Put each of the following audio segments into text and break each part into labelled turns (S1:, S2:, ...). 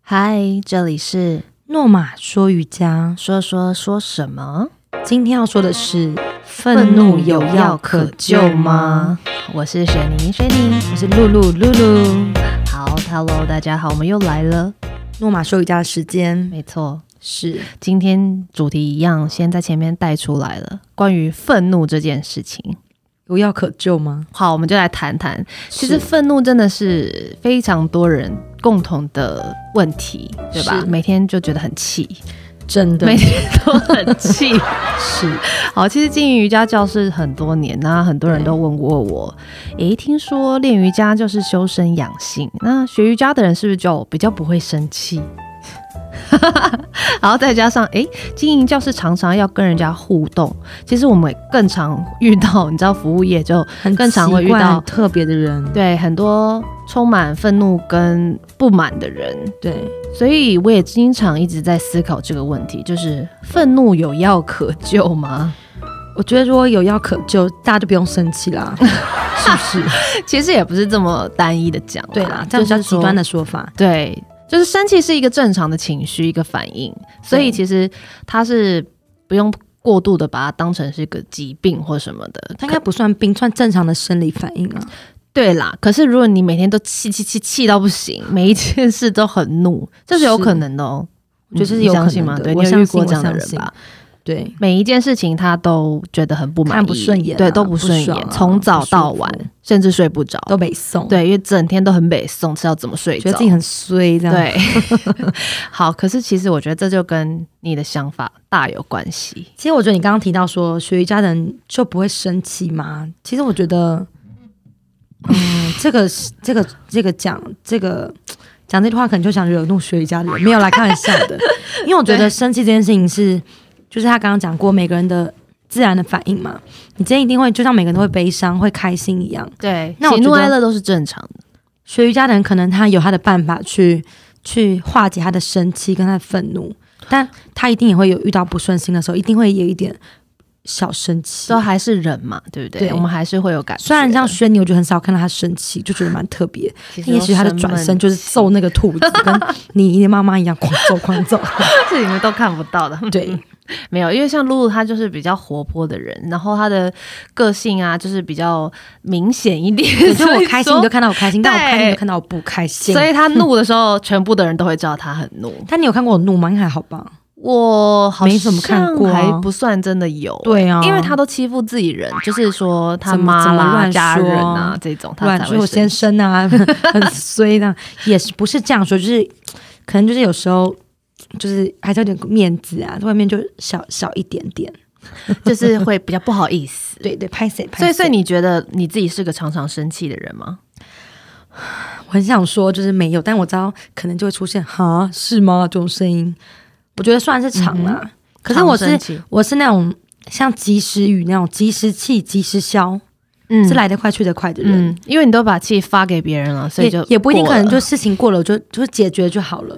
S1: 嗨，这里是
S2: 诺玛说瑜伽，
S1: 说说说什么？
S2: 今天要说的是：愤怒有药可救吗？？
S1: 我是雪妮，雪妮。
S2: 我是露露露露。
S1: 好，Hello，大家好，我们又来了。
S2: 诺玛说瑜伽的时间
S1: 没错，
S2: 是
S1: 今天主题一样，先在前面带出来了，关于愤怒这件事情。
S2: 有药可救吗？
S1: 好，我们就来谈谈。其实
S2: 是
S1: 愤怒真的是非常多人共同的问题，对吧？
S2: 是
S1: 每天就觉得很气，
S2: 真的
S1: 每天都很 气。
S2: 是
S1: 好，其实经营瑜伽教室很多年，那很多人都问过我，诶，听说练瑜伽就是修身养性，那学瑜伽的人是不是就比较不会生气？ 然后再加上，诶，经营教室常常要跟人家互动，其实我们更常遇到，你知道，服务业就
S2: 很
S1: 更常会遇到
S2: 奇怪很特别的人。
S1: 对很多充满愤怒跟不满的人，
S2: 对，
S1: 所以我也经常一直在思考这个问题，就是愤怒有药可救吗？
S2: 我觉得如果有药可救，大家就不用生气 啦，是不是？
S1: 其实也不是这么单一的讲啦，
S2: 对啦，这样比较极端的说法。
S1: 就是说。对，就是生气是一个正常的情绪，一个反应，所以其实它是不用过度的把它当成是一个疾病或什么的。
S2: 它应该不算病，算正常的生理反应啊。
S1: 对啦，可是如果你每天都气气气气到不行，每一件事都很怒，这是有
S2: 是
S1: 可能的哦。
S2: 我觉得这是
S1: 你
S2: 有可
S1: 相信
S2: 能
S1: 吗？
S2: 的
S1: 对，
S2: 我
S1: 你有
S2: 相
S1: 遇
S2: 信
S1: 过
S2: 我
S1: 这样的
S2: 相
S1: 人
S2: 信
S1: 吧？
S2: 对，
S1: 每一件事情他都觉得很不满
S2: 看
S1: 意，
S2: 不顺眼啊
S1: 对，都不顺
S2: 不爽
S1: 眼，
S2: 啊
S1: 从早到
S2: 不舒服
S1: 晚，甚至睡不着。
S2: 都北送，，
S1: 对，因为整天都很北宋，知道怎么睡
S2: 觉
S1: 着
S2: 得自。己很衰这样。
S1: 对， 好，可是其实我觉得这就跟你的想法大有关系。
S2: 其实我觉得你刚刚提到说学瑜伽的人就不会生气吗？其实我觉得，嗯， 这个是这个这个讲这个讲这句话，可能就想惹怒学瑜伽的人，没有来开玩笑的。因为我觉得生气这件事情是，就是他刚刚讲过每个人的自然的反应嘛。你今天一定会，就像每个人都会悲伤、会开心一样。
S1: 对
S2: 那我
S1: 喜
S2: 觉
S1: 怒
S2: 得
S1: 哀乐都是正常的。
S2: 学瑜伽的人可能他有他的办法去去化解他的生气跟他的愤怒，但他一定也会有遇到不顺心的时候，一定会有一点小生气
S1: 都。还是人嘛，对不对？
S2: 对
S1: 我们还是会有感觉的。
S2: 虽然像轩尼，我就很少看到他生气，就觉得蛮特别。
S1: 其实
S2: 但也许他的
S1: 都
S2: 转身
S1: 闷
S2: 就是
S1: 气
S2: 揍，那个兔子，跟你的妈妈一样狂揍 狂揍。
S1: 是你们都看不到的。
S2: 对，
S1: 没有，因为像露露她就是比较活泼的人，然后她的个性啊，就是比较明显一点。
S2: 所以我开心
S1: 所
S2: 你
S1: 以说
S2: 就看到我开心，但我开心
S1: 对
S2: 你就看到我不开心。
S1: 所以她怒的时候，全部的人都会知道她很怒。
S2: 但你有看过我怒吗？应该还好吧？
S1: 我好
S2: 没怎么看
S1: 像
S2: 过啊
S1: 还不算真的有。
S2: 对啊
S1: 因为他都欺负自己人，就是说他
S2: 怎么
S1: 妈
S2: 怎么
S1: 啦、
S2: 乱
S1: 家
S2: 说
S1: 人啊这种，他
S2: 乱
S1: 才
S2: 说
S1: 会
S2: 我
S1: 生
S2: 先
S1: 气
S2: 生啊， 很衰的，也是不是这样说，就是可能就是有时候就是还是有点面子啊，外面就小小一点点。
S1: 就是会比较不好意 思。
S2: 对对，拍谁拍
S1: 所以，所以
S2: 你
S1: 你觉得你自己是个常常生气的人吗？
S2: 我很想说就是没有，但我知道可能就会出现哈是吗这种声音，我觉得算是长啦、
S1: 嗯
S2: 可是我
S1: 常生
S2: 是
S1: 气
S2: 我是那种像及时雨那种及时气及时消，
S1: 嗯
S2: 是来得快去得快的人。
S1: 嗯，因为你都把气发给别人了，所以就
S2: 也也不一定，
S1: 过
S2: 可
S1: 了
S2: 能就事情过了就就解决就好了。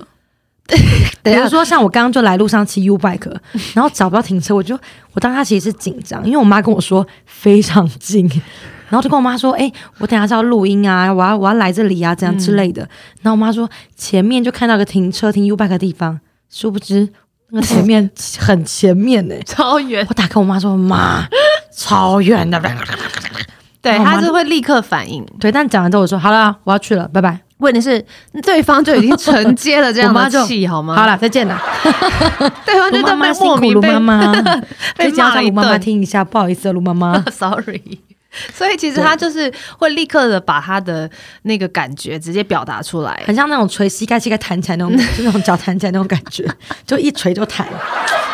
S2: 比
S1: 等一下
S2: 如说像我刚刚就来路上骑 U bike，然后找不到停车，我就我当下其实是紧张，因为我妈跟我说非常近， 然后就跟我妈说，哎、我等一下是要录音啊，我要我要来这里啊，怎样之类的。然后我妈说前面就看到个停车停 U bike 的地方，殊不知那个前面很前面呢、
S1: 超远，
S2: 我打给我妈说，妈，超远的。
S1: 对，
S2: 我妈
S1: 他是会立刻反应。
S2: 对，但讲完之后我说好了，我要去了，拜拜。
S1: 问题是，对方就已经承接了这样
S2: 我妈
S1: 的
S2: 就
S1: 气，好吗？
S2: 好，了，再见了。
S1: 对方就
S2: 卢
S1: 在被
S2: 妈妈辛
S1: 莫
S2: 苦，
S1: 名
S2: 卢
S1: 被
S2: 妈妈，
S1: 被
S2: 再加
S1: 骂了
S2: 上
S1: 一
S2: 卢妈妈
S1: 顿。。
S2: 听一下，不好意思，卢妈妈
S1: Sorry。所以其实他就是会立刻的把他的那个感觉直接表达出来。
S2: 很像那种捶膝盖，膝盖弹起来那种，就那种脚弹起来那种感 觉，就一捶就弹。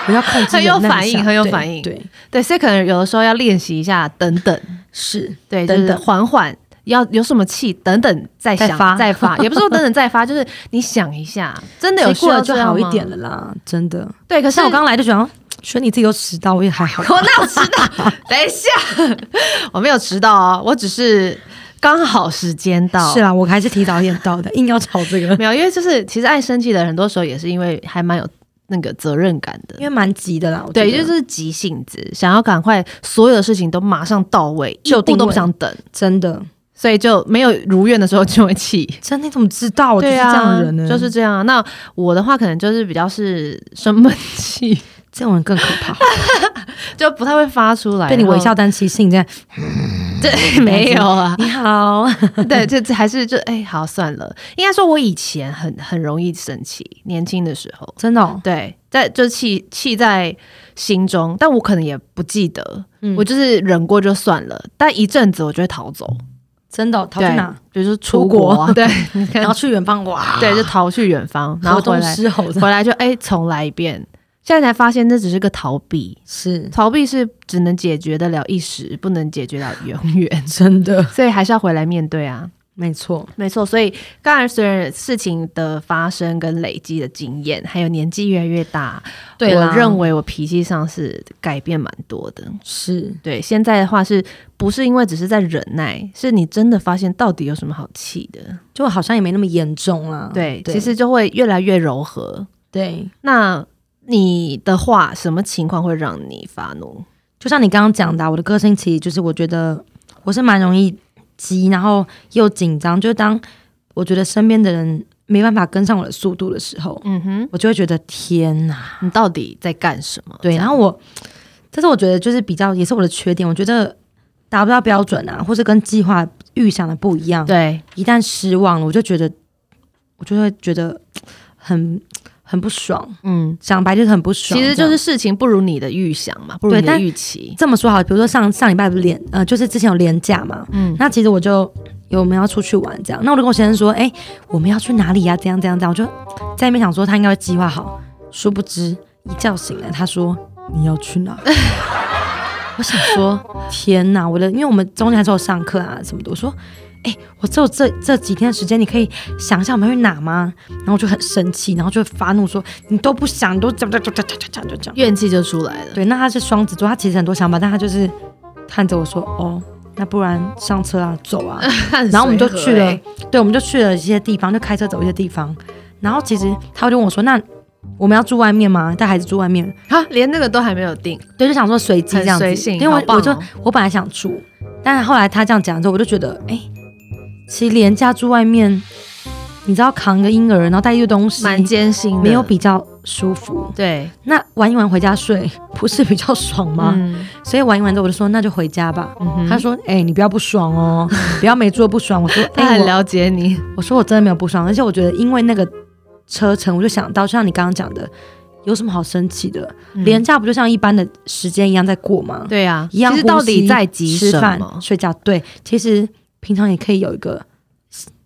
S2: 我要控制
S1: 很
S2: 忍耐
S1: 有反
S2: 一下，
S1: 应很有
S2: 对
S1: 反应
S2: 对，
S1: 对，所以可能有的时候要练习一下，等等，
S2: 是，
S1: 对，
S2: 等
S1: 就是
S2: 等
S1: 缓缓，要有什么气，等等再想
S2: 再发
S1: 再 发也不是说等等再发，就是你想一下，真的有
S2: 其实过了就好一
S1: 需要这样
S2: 点
S1: 吗。
S2: 了啦，真的。
S1: 对，可是
S2: 像我刚来就觉得，选你自己都迟到，我也还好。
S1: 我哪有迟到？等一下， 我没有迟到啊，我只是刚好时间到。
S2: 是啊啦，我还是提早一点到的，硬要吵 这个，
S1: 没有，因为就是其实爱生气的人，很多时候也是因为还蛮有那个责任感的
S2: 因。为蛮急的啦。我觉
S1: 对，
S2: 得
S1: 就是急性子，想要赶快所有的事情都马上到位，一
S2: 就
S1: 步
S2: 定
S1: 都不
S2: 位
S1: 想等。
S2: 真的，
S1: 所以就没有如愿的时候就会气。
S2: 真的你怎么知 道我就是
S1: 对
S2: 这
S1: 啊
S2: 样的人呢？
S1: 就是这样啊。那我的话可能就是比较是生闷气，
S2: 这种人更可怕，
S1: 就不太会发出来。哦
S2: 被你
S1: 然后
S2: 微笑，单膝性这样。
S1: 对， 没有啊。
S2: 你好，
S1: 对，这这还是就哎、好算了。应该说，我以前很很容易生气，年轻的时候，
S2: 真的、哦，
S1: 对，在就气气在心中，但我可能也不记得，
S2: 嗯
S1: 我就是忍过就算了。但一阵子我就会逃走，
S2: 真的哦、逃去
S1: 对
S2: 哪？？
S1: 比如说
S2: 出
S1: 出
S2: 国
S1: 国啊， 对，你看
S2: 然后去远方哇，
S1: 对，就逃去远方，然后
S2: 河
S1: 回
S2: 东
S1: 来
S2: 狮吼的，
S1: 回来就哎重来一遍。现在才发现，这只是个逃避，
S2: 是
S1: 逃避是只能解决得了一时，不能解决到永远，
S2: 真的，
S1: 所以还是要回来面对啊。
S2: 没错，
S1: 没错，所以当然，随着事情的发生跟累积的经验，还有年纪越来越大，我
S2: 啦
S1: 认为我脾气上是改变蛮多的。
S2: 是
S1: 对，现在的话是不是因为只是在忍耐，是你真的发现到底有什么好气的？
S2: 就好像也没那么严重啦。
S1: 对，其实就会越来越柔和。
S2: 对，
S1: 那你的话，什么情况会让你发怒？
S2: 就像你刚刚讲的啊、我的个性其实就是我觉得我是蛮容易急，然后又紧张，就是当我觉得身边的人没办法跟上我的速度的时候，
S1: 嗯哼，
S2: 我就会觉得天哪，
S1: 你到底在干什么？
S2: 对，
S1: 这样
S2: 然后我，这是我觉得就是比较也是我的缺点，我觉得达不到标准啊，或是跟计划预想的不一样，
S1: 对，
S2: 一旦失望了，我就觉得我就会觉得很很不爽，
S1: 嗯，
S2: 讲白就是很不爽，
S1: 其实就
S2: 这
S1: 是事
S2: 样。
S1: 情不如你的预想嘛，不如你的
S2: 对但
S1: 预期。
S2: 这么说好，比如说上上礼拜不是连呃，就是之前有连假嘛，
S1: 嗯，
S2: 那其实我就有我们要出去玩这样，那我就跟我先生说，哎、我们要去哪里呀、啊这样这样这样，我就在那边想说他应该会计划好，殊不知一觉醒来，他说你要去哪？我想说天哪，我的，因为我们中间还是有上课啊什么的，我说。哎、我只有这这几天的时间，你可以想一下我们要去哪吗？然后我就很生气，然后就发怒说：“你都不想，你都讲讲讲讲讲讲讲讲。”
S1: 怨气就出来了。
S2: 对，那他是双子座，他其实很多想法，但他就是看着我说：“哦，那不然上车啊，走
S1: 嗯
S2: 啊。然后我们就去
S1: 欸
S2: 了，对，我们就去了一些地方，就开车走一些地方。然后其实他就问我说：“那我们要住外面吗？带孩子住外面
S1: 啊，连那个都还没有定，？”
S2: 对，就想说随机这
S1: 很
S2: 样子
S1: 随，性，
S2: 因为我,、
S1: 好棒
S2: 我就
S1: 哦
S2: 我本来想住，但是后来他这样讲之后，我就觉得，哎、其实廉价住外面，你知道扛个婴儿，然后带一堆东西，
S1: 蛮艰辛的，
S2: 没有比较舒服。
S1: 对
S2: 那玩一玩回家睡，不是比较爽吗？
S1: 嗯
S2: 所以玩一玩之后，我就说那就回家吧。
S1: 嗯哼
S2: 他说：“哎、你不要不 爽哦，不要没做不爽。”我说：“
S1: 他
S2: 哎、
S1: 很
S2: 我
S1: 了解你，
S2: 我说我真的没有不爽，而且我觉得因为那个车程，我就想到，就像你刚刚讲的，有什么好生气的？廉
S1: 嗯
S2: 价不就像一般的时间一样在过吗？
S1: 对啊，
S2: 一样
S1: 其实
S2: 呼
S1: 到底
S2: 吸
S1: 在急
S2: 吃
S1: 什
S2: 饭、
S1: 么？
S2: 睡觉。对，其实平常也可以有一个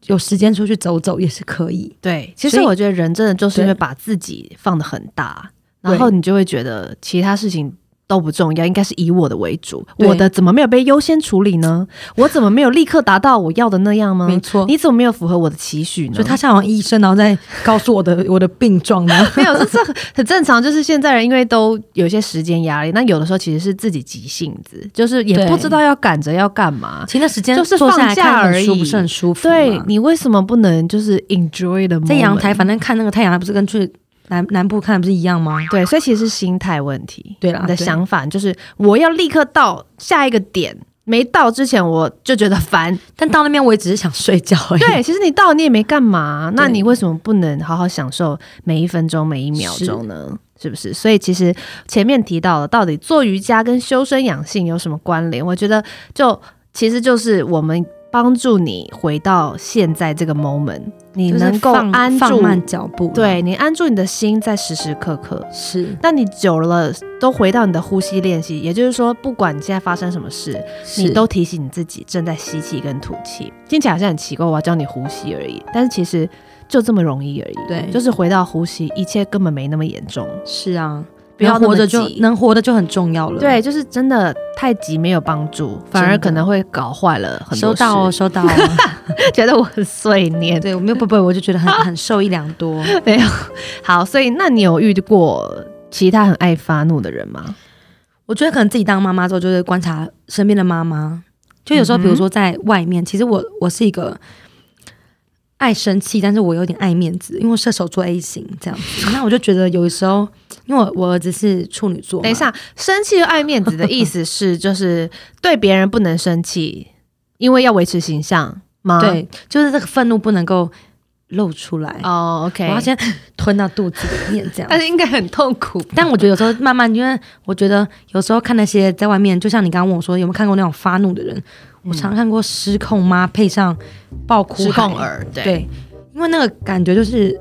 S2: 有时间出去走走，也是可以。
S1: 对，其实
S2: 所以
S1: 我觉得人真的就是因为
S2: 对
S1: 把自己放得很大，
S2: 对
S1: 然后你就会觉得其他事情。都不重要，应该是以我的为主。
S2: 对
S1: 我的怎么没有被优先处理 呢？我怎么没有立刻达到我要的那样吗？
S2: 没错，
S1: 嗯你怎么没有符合我的期许呢？
S2: 所以他像好像医生，然后在告诉我的我的病状呢。
S1: 没有，这是很很正常。就是现在人因为都有一些时间压力，那有的时候其实是自己急性子，就是也
S2: 对
S1: 不知道要赶着要干嘛。
S2: 其实那时间
S1: 就是
S2: 坐下
S1: 放
S2: 来
S1: 假
S2: 看
S1: 而
S2: 本书，
S1: 已
S2: 不是很舒服吗？
S1: 对你为什么不能就是 enjoy the moment？
S2: 在阳台，反正看那个太阳，还不是跟去南南部看的不是一样吗？
S1: 对，所以其实是心态问题。
S2: 啊对啦
S1: 你的
S2: 对
S1: 想法就是我要立刻到下一个点，没到之前我就觉得 烦。
S2: 但到那边我也只是想睡觉而已。
S1: 对，其实你到了你也没干嘛，那
S2: 对
S1: 你为什么不能好好享受每一分钟、每一秒钟呢？是不是？所以其实前面提到了，到底做瑜伽跟修身养性有什么关联？我觉得就其实就是我们帮助你回到现在这个 moment，你
S2: 就是
S1: 能够
S2: 放
S1: 安
S2: 放
S1: 住，
S2: 慢脚步。，
S1: 对你安住你的心，在时时刻刻。
S2: 是
S1: 那你久了都回到你的呼吸练习，也就是说，不管你现在发生什么事，你
S2: 是
S1: 都提醒你自己正在吸气跟吐气，听起来好像很奇怪，我要教你呼吸而已，但是其实就这么容易而已。
S2: 对
S1: 就是回到呼吸，一切根本没那么严重，
S2: 是啊，
S1: 不要
S2: 能活
S1: 那么
S2: 着就
S1: 急
S2: 能活着就很重要了。
S1: 对，，就是真的太急没有帮助，反而
S2: 真的
S1: 可能会搞坏了很多
S2: 收
S1: 事。
S2: 到哦，，收到哦。
S1: 觉得我很碎念。
S2: 对，我没有不不，我就觉得很很受益良多。
S1: 没有，好，所以那你有遇过其他很爱发怒的人吗？
S2: 我觉得可能自己当妈妈之后，就会观察身边的妈妈。就有时候，
S1: 嗯
S2: 比如说在外面，其实我我是一个爱生气，但是我有点爱面子，因为射手座 A 型这 样子。那我就觉得有时候，因为我我儿子是处女座，
S1: 等一，下，生气又爱面子的意思是，就是对别人不能生气，因为要维持形象吗？，
S2: 对，就是这个愤怒不能够露出来，
S1: 哦，OK、
S2: 我要
S1: o k
S2: 先吞到肚子里面这样。
S1: 但是应该很痛苦。
S2: 但我觉得有时候慢慢，因为我觉得有时候看那些在外面，就像你刚刚问我说有没有看过那种发怒的人，我常看过失控妈配上爆哭
S1: 失控
S2: 孩
S1: 儿，对
S2: 对，因为那个感觉就是嘖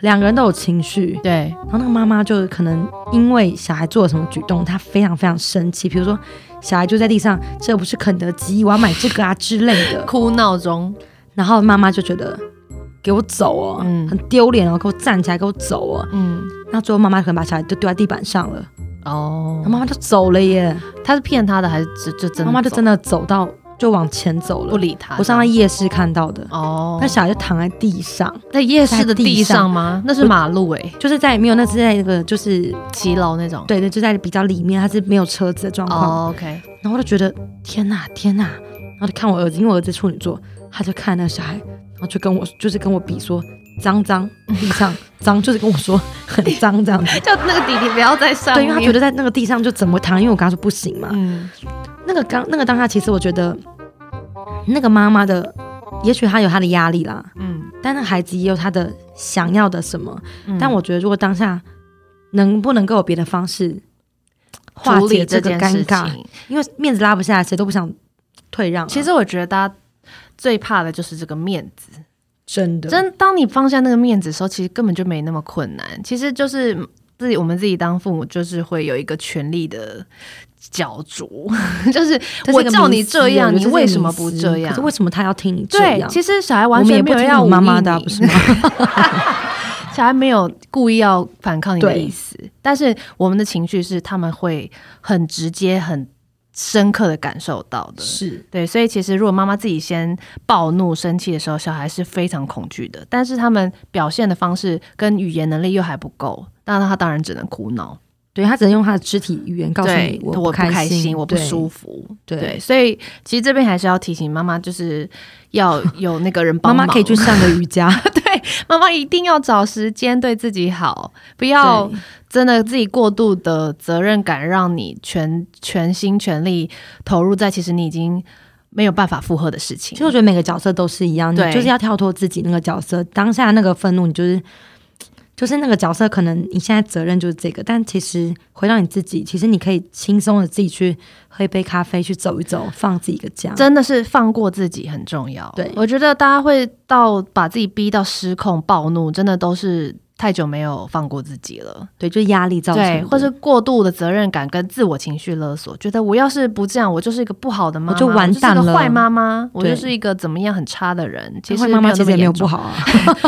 S2: 两个人都有情绪，
S1: 对
S2: 然后那个妈妈就可能因为小孩做了什么举动，她非常非常生气，比如说小孩就在地上，这不是肯德基，我要买这个啊之类 的，
S1: 哭闹中，
S2: 然后妈妈就觉得给我走哦，
S1: 嗯
S2: 很丢脸哦，给我站起来，给我走哦，
S1: 嗯，
S2: 那最后妈妈可能把小孩就丢在地板上了，
S1: 哦
S2: 然后，妈妈就走了耶，
S1: 他是骗他的还是就就真的走？
S2: 妈妈就真的走到就往前走
S1: 不
S2: 了，
S1: 理他。
S2: 我上在夜市看到的，
S1: 哦，
S2: 那小孩就躺在地上。
S1: 在夜市的
S2: 在地
S1: 地
S2: 上
S1: 上吗？那是马路哎、
S2: 就是在没有，那是在那个就是
S1: 骑楼那种。
S2: 对对，就在比较里面，它是没有车子的状况。
S1: 哦，OK，
S2: 然后我就觉得天呐天呐，然后就看我儿子，因为我儿子处女座，他就看那个小孩，然后就跟我就是跟我比说脏脏地上脏，就是跟我说很脏这样 子。
S1: 叫那个弟弟不要再上
S2: 对，因为他觉
S1: 得，
S2: 得在那个地上就怎么躺，因为我跟他说不行嘛。
S1: 嗯，
S2: 那个刚那个当下，其实我觉得那个妈妈的，也许她有她的压力啦，
S1: 嗯，
S2: 但那孩子也有他的想要的什么。
S1: 嗯
S2: 但我觉得，如果当下能不能够有别的方式化
S1: 处
S2: 解
S1: 理
S2: 这个
S1: 件
S2: 尴
S1: 事
S2: 尬，
S1: 情。
S2: 因为面子拉不下来，谁都不想退让啊、
S1: 其实我觉得大家最怕的就是这个面子。
S2: 真的
S1: 真当你放下那个面子的时候，其实根本就没那么困难。其实就是自己，我们自己当父母就是会有一个权力的角逐， 就是
S2: 这是
S1: 我
S2: 一个
S1: 叫
S2: 迷
S1: 你
S2: 思
S1: 这样
S2: 我
S1: 你
S2: 觉得这是
S1: 为
S2: 一个
S1: 什么
S2: 迷
S1: 不
S2: 思
S1: 这样
S2: 可是为什么他要听你这
S1: 对，
S2: 样？
S1: 其实小孩
S2: 我
S1: 完
S2: 们也
S1: 全
S2: 不
S1: 没有
S2: 听
S1: 要
S2: 你妈
S1: 忤逆
S2: 妈的啊、
S1: 你
S2: 不是吗？
S1: 小孩没有故意要反抗你的
S2: 对
S1: 意思，但是我们的情绪是他们会很直接、很深刻的感受到的。
S2: 是
S1: 对，所以其实如果妈妈自己先暴怒、生气的时候，小孩是非常恐惧的，但是他们表现的方式跟语言能力又还不够，那他当然只能苦恼，
S2: 对他只能用他的肢体语言告诉
S1: 对
S2: 你，
S1: 我
S2: 不
S1: 开
S2: 心，
S1: 我不舒
S2: 服。
S1: 服。
S2: 对，
S1: 对，所以其实这边还是要提醒妈妈，就是 要有那个人
S2: 妈
S1: 帮忙。
S2: 妈可以去上个瑜伽，
S1: 对，妈妈一定要找时间对自己好，不要
S2: 对
S1: 真的自己过度的责任感，让你全全心全力投入在其实你已经没有办法负荷的事情
S2: 其实。我觉得每个角色都是一样，你
S1: 对
S2: 就是要跳脱自己那个角色，当下那个愤怒，你就是就是那个角色，可能你现在责任就是这个，但其实回到你自己，其实你可以轻松的自己去喝一杯咖啡，去走一走，放自己一个假。
S1: 真的是放过自己很重要。
S2: 啊对
S1: 我觉得大家会到把自己逼到失控、暴怒，真的都是太久没有放过自己了，
S2: 对，就是压力造成的，
S1: 对，或是过度的责任感跟自我情绪勒索，觉得我要是不这样，我就是一个不好的妈妈，
S2: 我就完蛋了
S1: 我就是个坏妈妈，我
S2: 对
S1: 就是一个怎么样很差的人。其
S2: 其
S1: 实
S2: 实妈妈
S1: 那
S2: 其实也没有
S1: 严重
S2: 不好啊，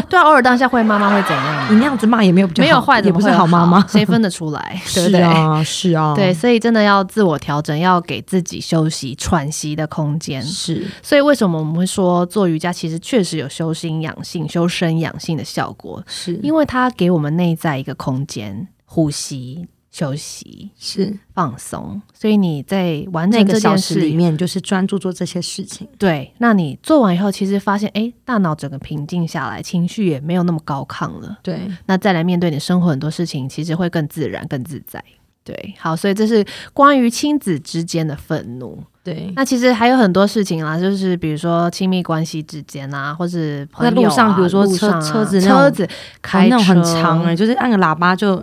S1: 对啊，偶尔当下会妈妈会怎样
S2: 你
S1: 呢？
S2: 那样子骂也没有比较
S1: 没有坏的
S2: 也不是好妈 妈。
S1: 谁分得出来？对不
S2: 是
S1: 对？
S2: 啊，是啊，
S1: 对，所以真的要自我调整，要给自己休息、喘息的空间。
S2: 是
S1: 所以为什么我们会说做瑜伽其实确实有修心养性、修身养性的效果？
S2: 是，
S1: 因为它给我们内在一个空间呼吸、休息、
S2: 是
S1: 放松。所以你在完
S2: 那
S1: 成
S2: 个
S1: 这
S2: 小
S1: 件
S2: 时
S1: 事
S2: 里面就是专注做这些事情，
S1: 对，那你做完以后，其实发现哎，诶大脑整个平静下来，情绪也没有那么高亢了。
S2: 对，
S1: 那再来面对你生活很多事情，其实会更自然、更自在。对，好，所以这是关于亲子之间的愤怒。
S2: 对，
S1: 那其实还有很多事情啦，就是比如说亲密关系之间啊，或是朋友啊、
S2: 在路上比如说
S1: 路上啊
S2: 车车子那种
S1: 车子开
S2: 那种很长哎、
S1: 哎、
S2: 就是按个喇叭就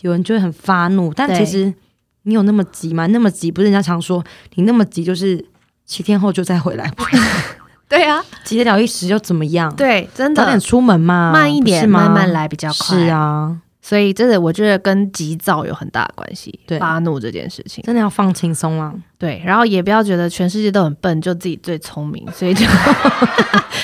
S2: 有人就会很发怒，但
S1: 对
S2: 其实你有那么急吗？那么急不是人家常说你那么急就是七天后就再回来， 不然
S1: 对啊，
S2: 急得了一时又怎么样？，
S1: 对，真
S2: 早点
S1: 的。
S2: 出门嘛，
S1: 慢一
S2: 不是
S1: 点，
S2: 吗
S1: 慢慢，来比较快。
S2: 是，啊，
S1: 所以这个我觉得跟急躁有很大的关系，
S2: 对
S1: 发怒这件事情。
S2: 真的要放轻松啊，
S1: 对，然后也不要觉得全世界都很笨，就自己最聪明，所 以就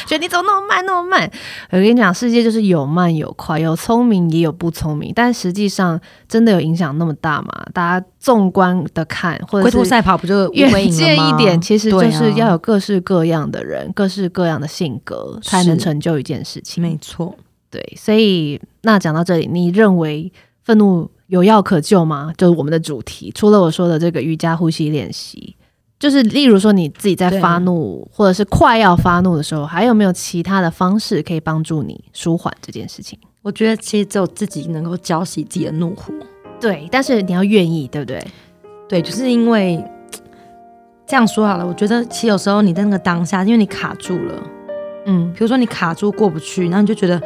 S1: 觉得你怎么那么慢那么慢。我跟你讲，世界就是有慢有快，有聪明也有不聪明，但实际上真的有影响那么大吗？大家纵观的看，或
S2: 龟
S1: 者
S2: 兔
S1: 是
S2: 赛跑不就乌龟
S1: 远
S2: 赢了
S1: 见
S2: 吗
S1: 一点，其实就
S2: 对
S1: 是要
S2: 啊
S1: 有各式各样的人，各式各样的性格，才能
S2: 是
S1: 成就一件事情。
S2: 没错，
S1: 对，所以那讲到这里，你认为愤怒有药可救吗？就是我们的主题，除了我说的这个瑜伽呼吸练习，就是例如说你自己在
S2: 对
S1: 发怒或者是快要发怒的时候，还有没有其他的方式可以帮助你舒缓这件事情？
S2: 我觉得其实只有自己能够浇熄自己的怒火，
S1: 对，但是你要愿意，对不对？
S2: 对，就是因为这样说好了，我觉得其实有时候你在那个当下，因为你卡住了，
S1: 嗯
S2: 比如说你卡住过不去，然后你就觉得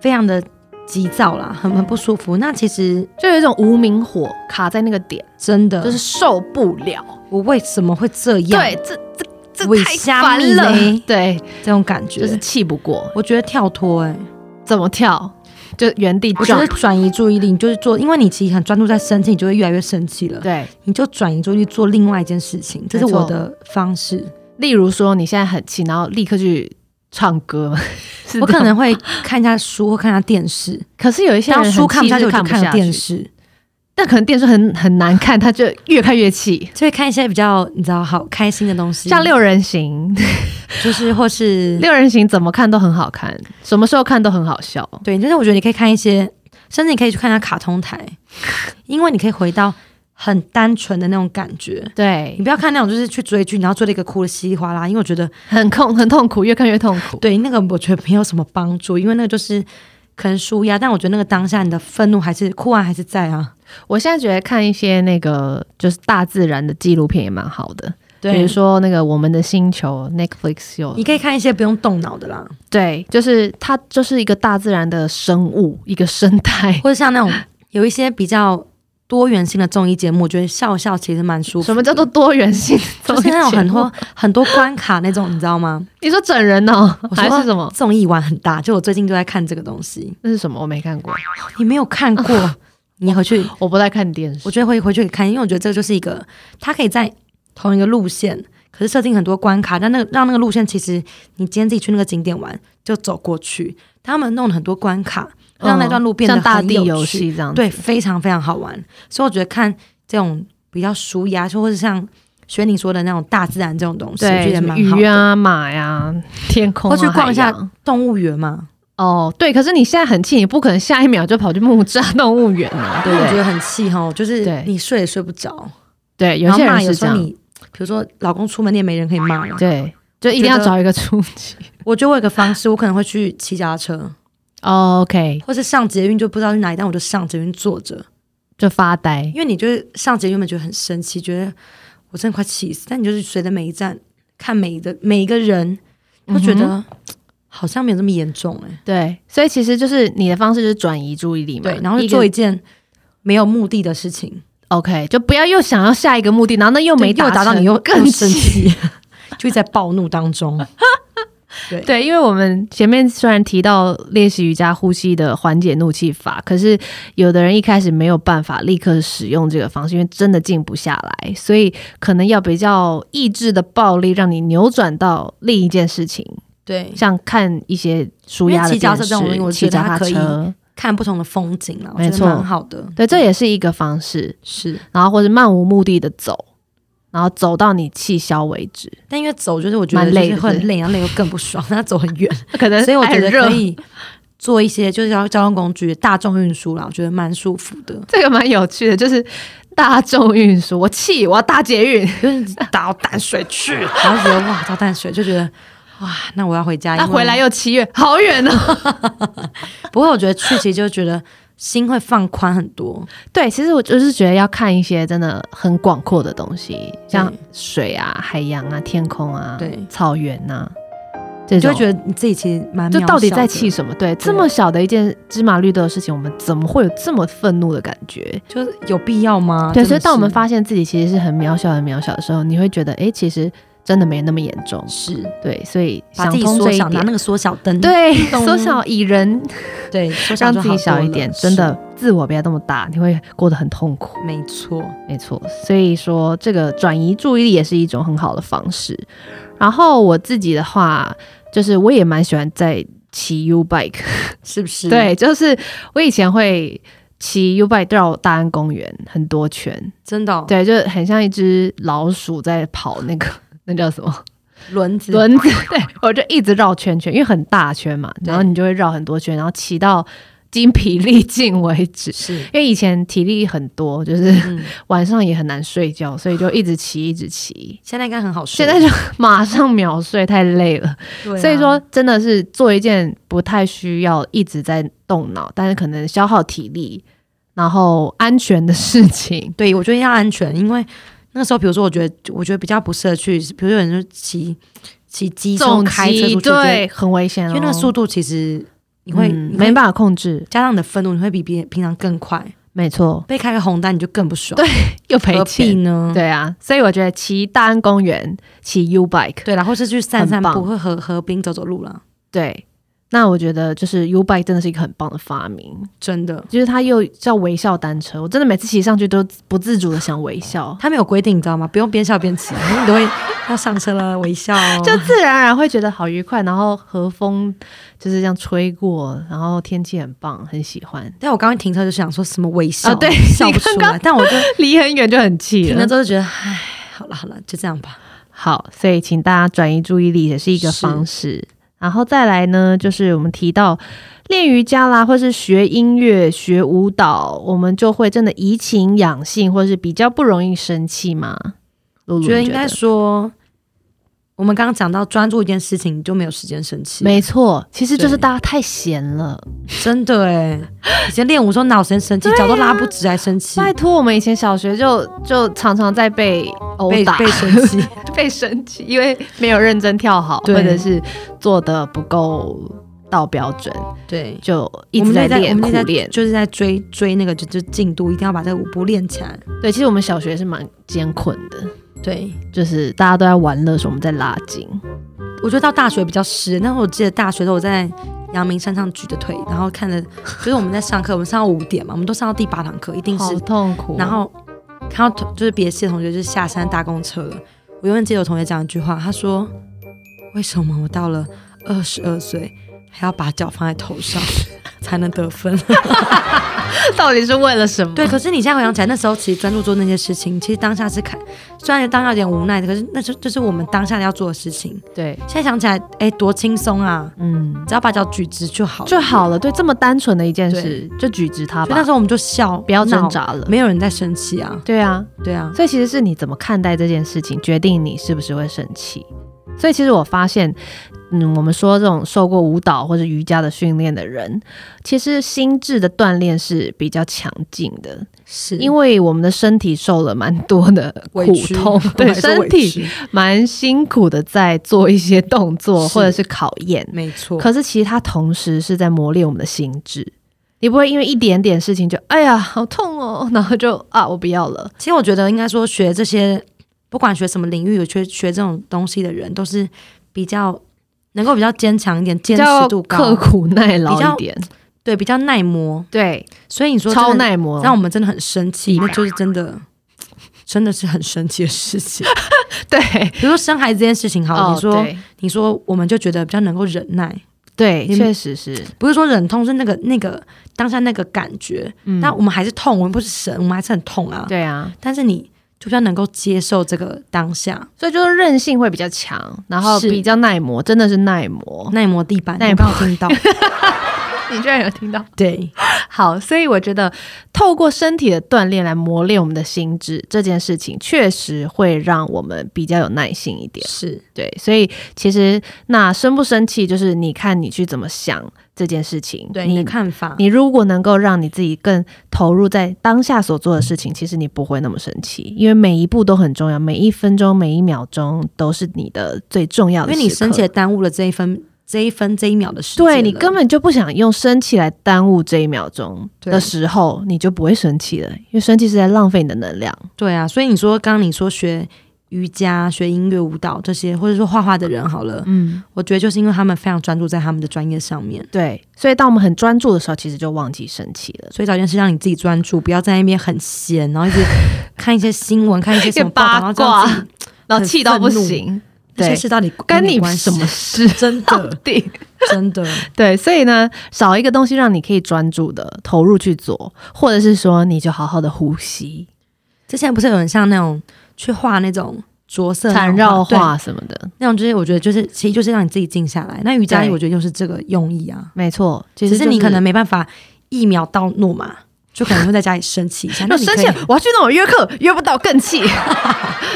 S2: 非常的急躁啦，很很不舒服。那其实
S1: 就有一种无名火卡在那个点，
S2: 真的
S1: 就
S2: 就是是
S1: 受不了。
S2: 我为什么会这样？
S1: 对，这这
S2: 为
S1: 这太
S2: 虾米
S1: 烦了
S2: 呢。
S1: 对，
S2: 这种感觉，
S1: 就是气不过，
S2: 我觉得跳脱哎、
S1: 怎么跳就原地
S2: 我觉得
S1: 转。
S2: 转移注意力，你就是做，因为你其实很专注在生气，你就会越来越生气了，
S1: 对，
S2: 你就转移注意力做另外一件事情，这是
S1: 没错
S2: 我的方式。
S1: 例如说你现在很气，然后立刻去唱歌， 是
S2: 我
S1: 这样
S2: 可能会看一下书或看一下 电视，
S1: 可是有一些
S2: 当
S1: 人
S2: 书
S1: 很
S2: 看
S1: 气
S2: 下去
S1: 就
S2: 我就
S1: 看
S2: 看
S1: 下
S2: 电
S1: 去，
S2: 视，
S1: 但可能电视很很难看，他就越看越气。
S2: 就会看一些比较你知道好开心的东西，
S1: 像六人行，
S2: 就是或是
S1: 六人行怎么看都很好看，什么时候看都很好笑。
S2: 对，但是我觉得你可以看一些，甚至你可以去看一下卡 通台，因为你可以回到很单纯的那种感觉。
S1: 对
S2: 你，不要看那种就是去追剧，然后追了一个哭的稀里哗啦，因为我觉得
S1: 很痛，很痛苦，越看越痛苦。
S2: 对那个我觉得没有什么帮助，因为那个就是可能舒压，但我觉得那个当下你的愤怒还是哭完还是在啊。
S1: 我现在觉得看一些那个就是大自然的纪录片也蛮好的，比
S2: 比
S1: 如
S2: 如说
S1: 说那个《我们的星球》Netflix 有
S2: 你可以看一些不用动脑的啦，
S1: 对，就是它就是一个大自然的生物，一个生态。
S2: 或者像那种有一些比较多元性的综艺节目，我觉得笑笑其实蛮舒服的。
S1: 什么叫做多元 性？
S2: 就是那种很
S1: 综艺嗯
S2: 多很多关卡那种，你知道
S1: 节
S2: 吗？
S1: 目，你说整人哦，
S2: 我
S1: 还
S2: 说
S1: 是什么？
S2: 综艺玩很大，就我最近就在看这个东西。
S1: 那是什么？我没看过，
S2: 你没有看过， 你回去，
S1: 我不太看电视
S2: 我。觉得会回去看，因为我觉得这就是一个，它可以在同一个路线，可是设定很多关卡，但那个让那个路线其实你今天自己去那个景点玩就走过去，他们弄了很多关卡，让那段路变
S1: 嗯
S2: 得
S1: 像大
S2: 很
S1: 地游
S2: 有趣，
S1: 戏这样子。
S2: 对，非常非常好玩。所以我觉得看这种比较舒压，就或者像学你说的那种大自然这种东西，我觉
S1: 对，
S2: 得也
S1: 什么
S2: 蛮好
S1: 鱼
S2: 的。
S1: 啊、马呀、天空、啊，
S2: 或去逛一下
S1: 海洋
S2: 动物园嘛，
S1: 哦，对，可是你现在很气，你不可能下一秒就跑去木栅动物园 啊，对
S2: 因为
S1: 不
S2: 我
S1: 对？
S2: 觉得很气哈，就是
S1: 对
S2: 你睡也睡不着。
S1: 对，有
S2: 然后
S1: 些
S2: 骂
S1: 人
S2: 有
S1: 是
S2: 时
S1: 这
S2: 候
S1: 样，
S2: 你，比如说老公出门你也没人可以骂了。
S1: 对，就一定要找一个出气。
S2: 我觉得我有个方式，我可能会去骑脚踏车，
S1: 哦 OK，
S2: 或是上捷运就不知道去哪里，但我就上捷运坐着，
S1: 就发呆
S2: 因。为你就是上捷运原本觉得很生气，觉得我真的快气死，但你就是随着每一站看每一个每一个人，就觉
S1: 嗯
S2: 得、好像没有这么严重哎、
S1: 对，所以其实就是你的方式就是转移注意力嘛，
S2: 对，然后
S1: 一个
S2: 就做一件没有目的的事情，
S1: OK，就不要又想要下一个目的，然后那又没
S2: 对又达到
S1: 成
S2: 你又
S1: 更
S2: 更生
S1: 气。
S2: 气， 就在暴怒当 中。
S1: 对，因为我们前面虽然提到练习瑜伽呼吸的缓解怒气法，可是有的人一开始没有办法立刻使用这个方式，因为真的静不下来，所以可能要比较意志的暴力，让你扭转到另一件事情，
S2: 对，
S1: 像看一些舒压
S2: 因为
S1: 的
S2: 骑脚踏车
S1: 电
S2: 这种东西
S1: 视、
S2: 我
S1: 骑
S2: 觉得
S1: 脚
S2: 它
S1: 踏
S2: 可以
S1: 车，
S2: 看不同的风景啦，我
S1: 没
S2: 觉得
S1: 错
S2: 蛮好的。
S1: 对，这也是一个方式。
S2: 是。
S1: 然后或者漫无目的的走，然后走到你气消为止，
S2: 但因为走就是我觉得
S1: 蛮
S2: 就
S1: 累
S2: 是
S1: 的
S2: 会
S1: 是
S2: 很累，然后累又更不爽，那走很 远，
S1: 可能
S2: 所以我觉得
S1: 很热
S2: 可以做一些就是交交通工具、大众运输啦，我觉得蛮舒服的，
S1: 这个蛮有趣的，就是大众运输，我气，我要搭捷运。
S2: 就是到淡水去，然后觉得哇到淡水就觉得哇，那我要回家，
S1: 那
S2: 因为
S1: 回来又七月，好远哦。
S2: 不过我觉得去其实就觉得心会放宽很多，
S1: 对，其实我就是觉得要看一些真的很广阔的东西，像
S2: 对
S1: 水啊、海洋啊、天空啊、
S2: 对
S1: 草原呐、这
S2: 你就
S1: 种
S2: 会。觉得你自己其实蛮
S1: 就到底
S2: 渺小
S1: 在
S2: 的
S1: 气，什么？对，这么小的一件芝麻绿豆的事情，我们怎么会有这么愤怒的感觉？
S2: 就是有必要吗？
S1: 对，
S2: 真的
S1: 所以当我们
S2: 是
S1: 发现自己其实是很渺小、很渺小的时候，你会觉得，哎、其实真的没那么严重。
S2: 是
S1: 对，所以
S2: 把
S1: 想
S2: 自己
S1: 通这
S2: 缩
S1: 一
S2: 小，拿
S1: 点，
S2: 那个缩小灯，
S1: 对，
S2: 懂
S1: 缩小蚁人
S2: 对，缩小
S1: 让
S2: 就
S1: 自
S2: 好
S1: 己小
S2: 多
S1: 一
S2: 了
S1: 点，真的自我不要这么大，你会过得很痛苦
S2: 是。没错，
S1: 没错，所以说这个转移注意力也是一种很好的方式。然后我自己的话，就是我也蛮喜欢在骑 U bike，
S2: 是不是？
S1: 对，就是我以前会骑 U bike 绕大安公园很多圈，
S2: 真的哦、
S1: 对，就很像一只老鼠在跑那个那叫什么？
S2: 轮子
S1: 轮子，对我就一直绕圈圈，因为很大圈嘛，然后你就会绕很多圈，然后骑到筋疲力尽为止。
S2: 是，
S1: 因为以前体力很多，就是
S2: 嗯，
S1: 晚上也很难睡觉，所以就一直骑，一直骑。
S2: 现在应该很好
S1: 现
S2: 睡。
S1: 在 就马上秒睡，太累了。
S2: 对啊
S1: 所以说，真的是做一件不太需要一直在动脑，但是可能消耗体力，然后安全的事情。
S2: 对我觉得要安全，因为那个时候，比如说，我觉得我觉得比较不适合去，比如说有人就骑骑机车
S1: 重
S2: 开车出去，
S1: 击
S2: 我觉得
S1: 对，很危险、哦，
S2: 因为那个速度其实你会、
S1: 嗯
S2: 你会
S1: 没办法控制，
S2: 加上你的愤怒，你会比别平常更快。
S1: 没错，
S2: 被开个红灯你就更不爽，
S1: 又赔
S2: 何必
S1: 钱。
S2: 呢？
S1: 对啊，所以我觉得骑大安公园、骑 U bike，
S2: 对啦，或是去散散
S1: 很
S2: 步，
S1: 棒
S2: 或河河滨走走路啦，
S1: 对，那我觉得就是 U bike 真的是一个很棒的发明，
S2: 真的。
S1: 就是它又叫微笑单车，我真的每次骑上去都不自主的想微笑，
S2: 他们有规定，你知道吗？不用边笑边骑，因为你都会要上车了，微笑、 哦。
S1: 就自然而然会觉得好愉快，然后和风就是这样吹过，然后天气很棒，很喜欢。
S2: 但我刚刚停车就想说什么微笑，
S1: 啊对
S2: 笑不出
S1: 你刚
S2: 来。但我就
S1: 离很远就很气
S2: 停了
S1: 了
S2: 之。后就觉得，唉，好了好了，就这样吧。
S1: 好，所以请大家转移注意力也是一个方式。然后再来呢，就是我们提到练瑜伽啦，或是学音乐、学舞蹈，我们就会真的怡情养性，或是比较不容易生气嘛。露露
S2: 我
S1: 你
S2: 觉
S1: 觉
S2: 得应该说，我们刚刚讲到专注一件事情，你就没有时间生气。
S1: 没错，其实就是
S2: 对
S1: 大家太闲了。
S2: 真的哎，以前练武说脑神生气，脚都拉不直还生气，
S1: 拜托，我们以前小学就就常常在被殴
S2: 被
S1: 打、
S2: 被生气。
S1: 被生气，因为没有认真跳好，或
S2: 对
S1: 者是做的不够到标准，
S2: 对，
S1: 就一
S2: 我
S1: 直
S2: 们
S1: 在
S2: 在我
S1: 练苦
S2: 们在
S1: 练。
S2: 就是在追追那个就就进度，一定要把这个舞步练起来。
S1: 对，其实我们小学是蛮艰困的，
S2: 对，
S1: 就是大家都在玩乐的时候，我们在拉筋。
S2: 我觉得到大学比较湿。那时候我记得大学的时候我在阳明山上举着腿，然后看着，就是我们在上课，我们上到五点嘛，我们都上到第八堂课，一定是
S1: 好痛苦。
S2: 然后看到同就是别系的同学就是下山搭公车了。我永远记得有同学讲一句话，他说：“为什么我到了二十二岁还要把脚放在头上才能得分
S1: 到底是为了什么？”
S2: 对，可是你现在回想起来，那时候其实专注做那些事情，其实当下是看，虽然当下有点无奈的，可是那就就是我们当下要做的事情。
S1: 对，
S2: 现在想起来，哎，多轻松啊！
S1: 嗯，
S2: 只要把脚举直就好了
S1: 就。好了。对，这么单纯的一件事，就举直它
S2: 所以那
S1: 吧
S2: 时，候我们就笑，
S1: 不要挣
S2: 闹，
S1: 扎了。
S2: 没有人在生气啊。
S1: 对啊，
S2: 对啊，
S1: 所以其实是你怎么看待这件事情，决定你是不是会生气。所以其实我发现，嗯，我们说这种受过舞蹈或者瑜伽的训练的人，其实心智的锻炼是比较强劲的，
S2: 是
S1: 因为我们的身体受了蛮多的
S2: 委
S1: 苦
S2: 屈
S1: 痛， 对
S2: 还是
S1: 身
S2: 委
S1: 体
S2: 屈
S1: 蛮辛苦的，在做一些动作
S2: 是
S1: 或者是考验。
S2: 没错。
S1: 可是其实它同时是在磨练我们的心智，你不会因为一点点事情就哎呀好痛哦， 然后就啊我不要了。
S2: 其实我觉得应该说学这些，不管学什么领域，有学学这种东西的人，都是比较能够比较坚强一点，
S1: 比
S2: 坚
S1: 较
S2: 持度
S1: 刻
S2: 高，
S1: 苦耐劳
S2: 比较
S1: 一点，
S2: 对，比较耐磨。
S1: 对，
S2: 所以你说
S1: 超
S2: 真的，
S1: 耐磨，
S2: 让我们真的很生气，那就是真的。真的是很生气的事情，
S1: 对。
S2: 比如说生孩子这件事情，好，
S1: 哦
S2: 你说，
S1: 对
S2: 你说，我们就觉得比较能够忍耐，
S1: 对，
S2: 你
S1: 确实是，
S2: 不是说忍痛，是那个那个当下那个感觉。
S1: 嗯
S2: 那我们还是痛，我们不是神，我们还是很痛啊。
S1: 对啊，
S2: 但是你就比较能够接受这个当下，
S1: 所以就是韧性会比较强，然后
S2: 是
S1: 比较耐磨，真的是耐磨。
S2: 耐磨地板，
S1: 耐
S2: 耐
S1: 磨
S2: 磨 听到，
S1: 你居然有听到？
S2: 对，
S1: 好，所以我觉得透过身体的锻炼来磨练我们的心智这件事情，确实会让我们比较有耐心一点。
S2: 是
S1: 对，所以其实那生不生气，就是你看你去怎么想这件事情，
S2: 对你的看法，
S1: 你如果能够让你自己更投入在当下所做的事情，其实你不会那么生气，因为每一步都很重要，每一分钟、每一秒钟都是你的最重要
S2: 因
S1: 的时刻。
S2: 为你生气也耽误了这一分、这一分、这一秒的时间了，
S1: 对你根本就不想用生气来耽误这一秒钟的
S2: 对
S1: 时候，你就不会生气了，因为生气是在浪费你的能量。
S2: 对啊，所以你说刚刚你说学瑜伽、学音乐、舞蹈这些，或者说画画的人好了，
S1: 嗯，
S2: 我觉得就是因为他们非常专注在他们的专业上面，
S1: 对，所以当我们很专注的时候，其实就忘记生气了。
S2: 所以找一件事让你自己专注，不要在那边很闲，然后一直看一些新闻，看一些什么报道，然后这样自己，
S1: 然
S2: 后气到不行，这
S1: 对
S2: 些事到底
S1: 跟你
S2: 关
S1: 什
S2: 系
S1: 么？事？
S2: 真
S1: 到
S2: 的，
S1: 底
S2: 真 的，
S1: 对，所以呢，少一个东西让你可以专注的投入去做，或者是说你就好好的呼吸、
S2: 之前不是有人像那种去画那种着色那
S1: 缠
S2: 种
S1: 绕
S2: 对
S1: 画什么的，
S2: 那种就是我觉得就是其实就是让你自己静下来。那瑜伽
S1: 对
S2: 我觉得就是这个用意啊，
S1: 没错。其
S2: 只
S1: 实、
S2: 是你可能没办法一秒到怒嘛，就可能会在家里生气一 下。那
S1: 那
S2: 你可
S1: 生
S2: 以
S1: 气，我要去那种约课，约不到更气，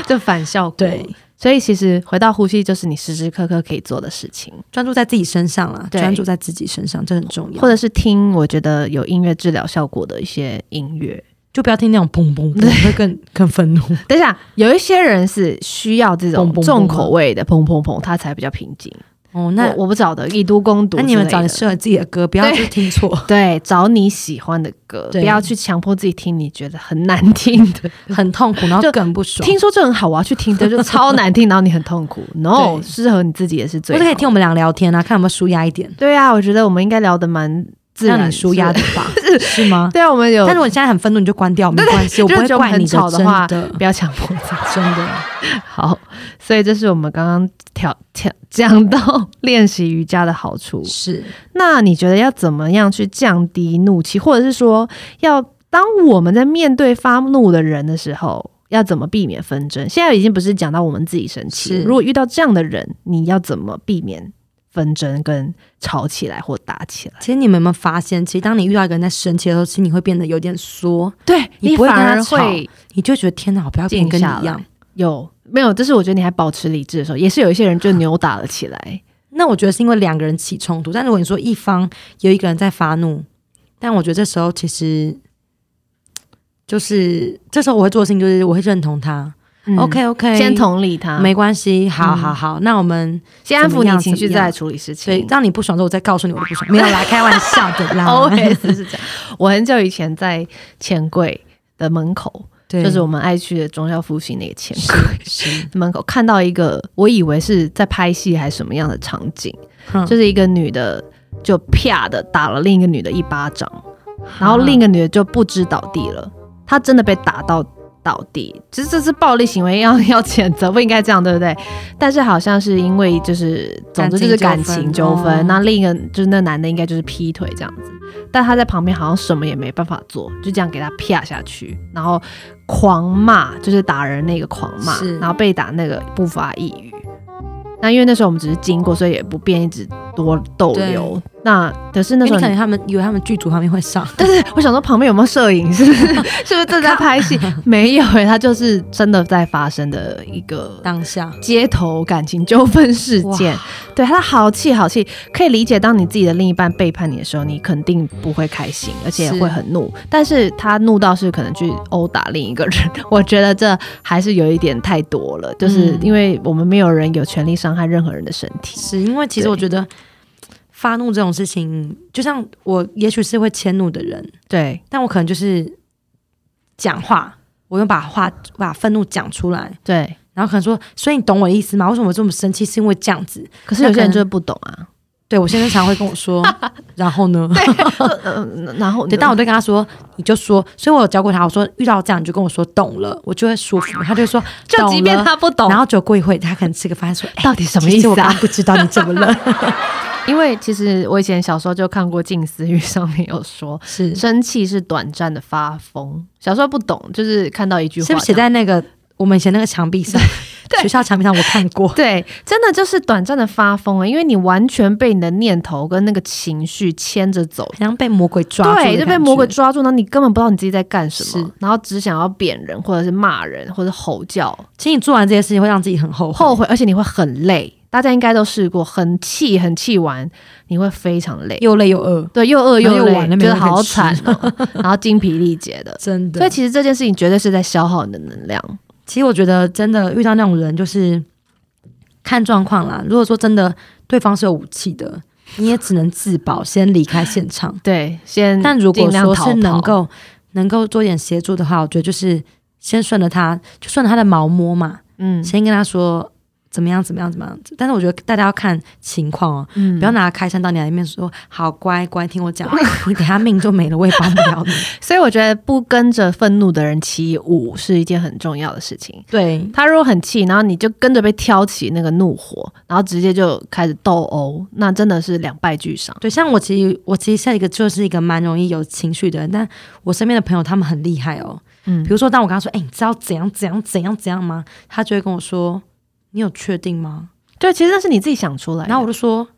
S1: 就反效果。
S2: 对，
S1: 所以其实回到呼吸，就是你时时刻刻可以做的事情，
S2: 专注在自己身上啦，
S1: 对
S2: 专注在自己身上这很重要。
S1: 或者是听我觉得有音乐治疗效果的一些音乐，
S2: 就不要听那种砰砰砰，会更更愤怒。
S1: 等一下，有一些人是需要这种
S2: 砰砰砰
S1: 重口味的砰砰砰，他才比较平静。
S2: 哦，
S1: 那
S2: 那
S1: 我不找的以毒攻毒
S2: 那
S1: 之类的，
S2: 你们找你适合自己的歌，不要
S1: 对
S2: 去听 错，
S1: 对找你喜欢的歌，不
S2: 对
S1: 要去强迫自己听你觉得很难听 的。
S2: 很痛苦，然
S1: 就
S2: 后更不爽。
S1: 听说这很好，我啊要去听，这就超难听，然后你很痛苦。No，
S2: 对
S1: 适合你自己也是最
S2: 或
S1: 好
S2: 者
S1: 的。
S2: 可以听我们俩聊天啊，看有没有舒压一点，
S1: 对啊，我觉得我们应该聊得蛮自
S2: 让
S1: 然
S2: 你舒压
S1: 的
S2: 的。吧？是吗？
S1: 对啊，我们有
S2: 但，如果你现在很愤怒，你就关掉，没关系，我
S1: 就
S2: 不
S1: 是觉得
S2: 会
S1: 我们
S2: 怪
S1: 很
S2: 你
S1: 吵
S2: 的，
S1: 的话
S2: 真的，
S1: 不要强迫自己。
S2: 真的。
S1: 好，所以这是我们刚刚调调讲到练习瑜伽的好处。
S2: 是，
S1: 那你觉得要怎么样去降低怒气，或者是说，要当我们在面对发怒的人的时候，要怎么避免纷争？现在已经不是讲到我们自己生气了，
S2: 是
S1: 如果遇到这样的人，你要怎么避免纷争跟吵起来或打起来？
S2: 其实你们有没有发现，其实当你遇到一个人在生气的时候，其实你会变得有点缩，
S1: 对
S2: 你
S1: 你
S2: 不会
S1: 反
S2: 跟他
S1: 而
S2: 吵
S1: 会
S2: 你就觉得天哪，我不要变得跟你
S1: 静下
S2: 一样。
S1: 有没有？就是我觉得你还保持理智的时候，也是有一些人就扭打了起来。
S2: 那我觉得是因为两个人起冲突，但如果你说一方有一个人在发怒，但我觉得这时候其实就是这时候我会做的事情就是我会认同他、
S1: 嗯
S2: o k OK，
S1: 先同理他，
S2: 没关系，好
S1: 嗯
S2: 好好，那我们
S1: 先安抚
S2: 怎么样
S1: 你情绪，
S2: 怎么样
S1: 再来处理事
S2: 所以
S1: 情。
S2: 让你不爽之后，我再告诉你我的不爽，没有啦，开玩笑的 啦。
S1: always 是这样。我很久以前在钱柜的门口，
S2: 对，
S1: 就是我们爱去的中校复兴那个钱柜
S2: 是，
S1: 门口，看到一个我以为是在拍戏还是什么样的场景，
S2: 嗯
S1: 就是一个女的就啪的打了另一个女的一巴掌，然后另一个女的就不知倒地了，她真的被打到。倒地，其实这是暴力行为要，要谴责，不应该这样，对不对？但是好像是因为就是，总之就是感
S2: 感情
S1: 情纠
S2: 纠纷
S1: 纷。
S2: 哦
S1: 那、另一个就是那男的应该就是劈腿这样子，但他在旁边好像什么也没办法做，就这样给他啪下去，然后狂骂，就是打人那个狂骂
S2: 是，
S1: 然后被打那个不发一语。那因为那时候我们只是经过，所以也不便一直多逗留。那可是那
S2: 因
S1: 时
S2: 为
S1: 候
S2: 哎你可
S1: 你，
S2: 能他们以为他们剧组旁边会上，
S1: 但是我想说旁边有没有摄影师， 是不是正在拍 戏？没有诶、他就是真的在发生的一个
S2: 当下
S1: 街头感情纠纷事件。对他好气好气，可以理解。当你自己的另一半背叛你的时候，你肯定不会开心，而且
S2: 是
S1: 会很怒。但是他怒到是可能去殴打另一个人， 我觉得这还是有一点太多了。就是
S2: 嗯
S1: 因为我们没有人有权利伤害任何人的身体。
S2: 是因为其实
S1: 对
S2: 我觉得发怒这种事情，就像我也许是会迁怒的人，
S1: 对
S2: 但我可能就是讲话，我用把话把愤怒讲出来，
S1: 对，
S2: 然后可能说，所以你懂我的意思吗？为什么我这么生气？是因为这样子。
S1: 可是有些
S2: 那可
S1: 人
S2: 能
S1: 就是不懂啊。
S2: 对我先生常会跟我 说，然后呢？
S1: 嗯，然后
S2: 对，但我都跟他说，你就说，所以我有教过他，我说遇到这样你就跟我说懂了，我就会舒服。 他就会说，
S1: 就即便
S2: 懂了
S1: 他不懂，
S2: 然后就过一会，他可能吃个饭说，哎、
S1: 到底什 么
S2: 其
S1: 意
S2: 实我
S1: 思
S2: 刚
S1: 啊
S2: 刚？不知道你怎么了，
S1: 因为其实我以前小时候就看过《近思语》，上面有说，
S2: 是是
S1: 生气是短暂的发疯。小时候不懂，就是看到一句话，
S2: 不是写在那个我们以前那个墙壁 上，学校墙壁上我看过，
S1: 对，真的就是短暂的发疯啊、因为你完全被你的念头跟那个情绪牵着走。
S2: 好像被魔鬼抓住的感
S1: 对，
S2: 觉，
S1: 就被魔鬼抓住，然后你根本不知道你自己在干什么
S2: 是，
S1: 然后只想要扁人，或者是骂人，或者吼叫，
S2: 其实你做完这些事情会让自己很后悔，
S1: 后悔，而且你会很累。大家应该都试过，很气，很气完，你会非常累，
S2: 又累又饿，
S1: 对，又饿
S2: 然后又
S1: 累，
S2: 晚了没
S1: 觉得
S2: 东西可以
S1: 好
S2: 吃
S1: 惨哦， 然后精疲力竭的。
S2: 真
S1: 所以其实这件事情绝对是在消耗你的能量。
S2: 其实我觉得真的遇到那种人，就是看状况啦。如果说真的对方是有武器的，你也只能自保，先离开现场。
S1: 对，先
S2: 但如
S1: 嗯
S2: 果
S1: 尽量
S2: 说
S1: 逃
S2: 是能
S1: 跑
S2: 够能够做点协助的话，我觉得就是先顺着他，就顺着他的毛摸嘛，
S1: 嗯
S2: 先跟他说。怎么样？怎么样？怎么样？但是我觉得大家要看情况哦，
S1: 嗯
S2: 不要拿开山到你里面说好乖乖听我讲， 你等下命就没了，我也帮不 了你。
S1: 所以我觉得不跟着愤怒的人起舞是一件很重要的事情。
S2: 对，
S1: 他如果很气，然后你就跟着被挑起那个怒火，然后直接就开始斗殴，那真的是两败俱伤。
S2: 对，像我其实我其实是一个就是一个蛮容易有情绪的人，但我身边的朋友他们很厉害哦。
S1: 嗯
S2: 比，如说，当我跟他说：“哎、你知道怎样怎样怎样怎样吗？”他就会跟我说：“你有确定吗
S1: 对，其实那是你自己想出来？”的。
S2: 然后我就说：“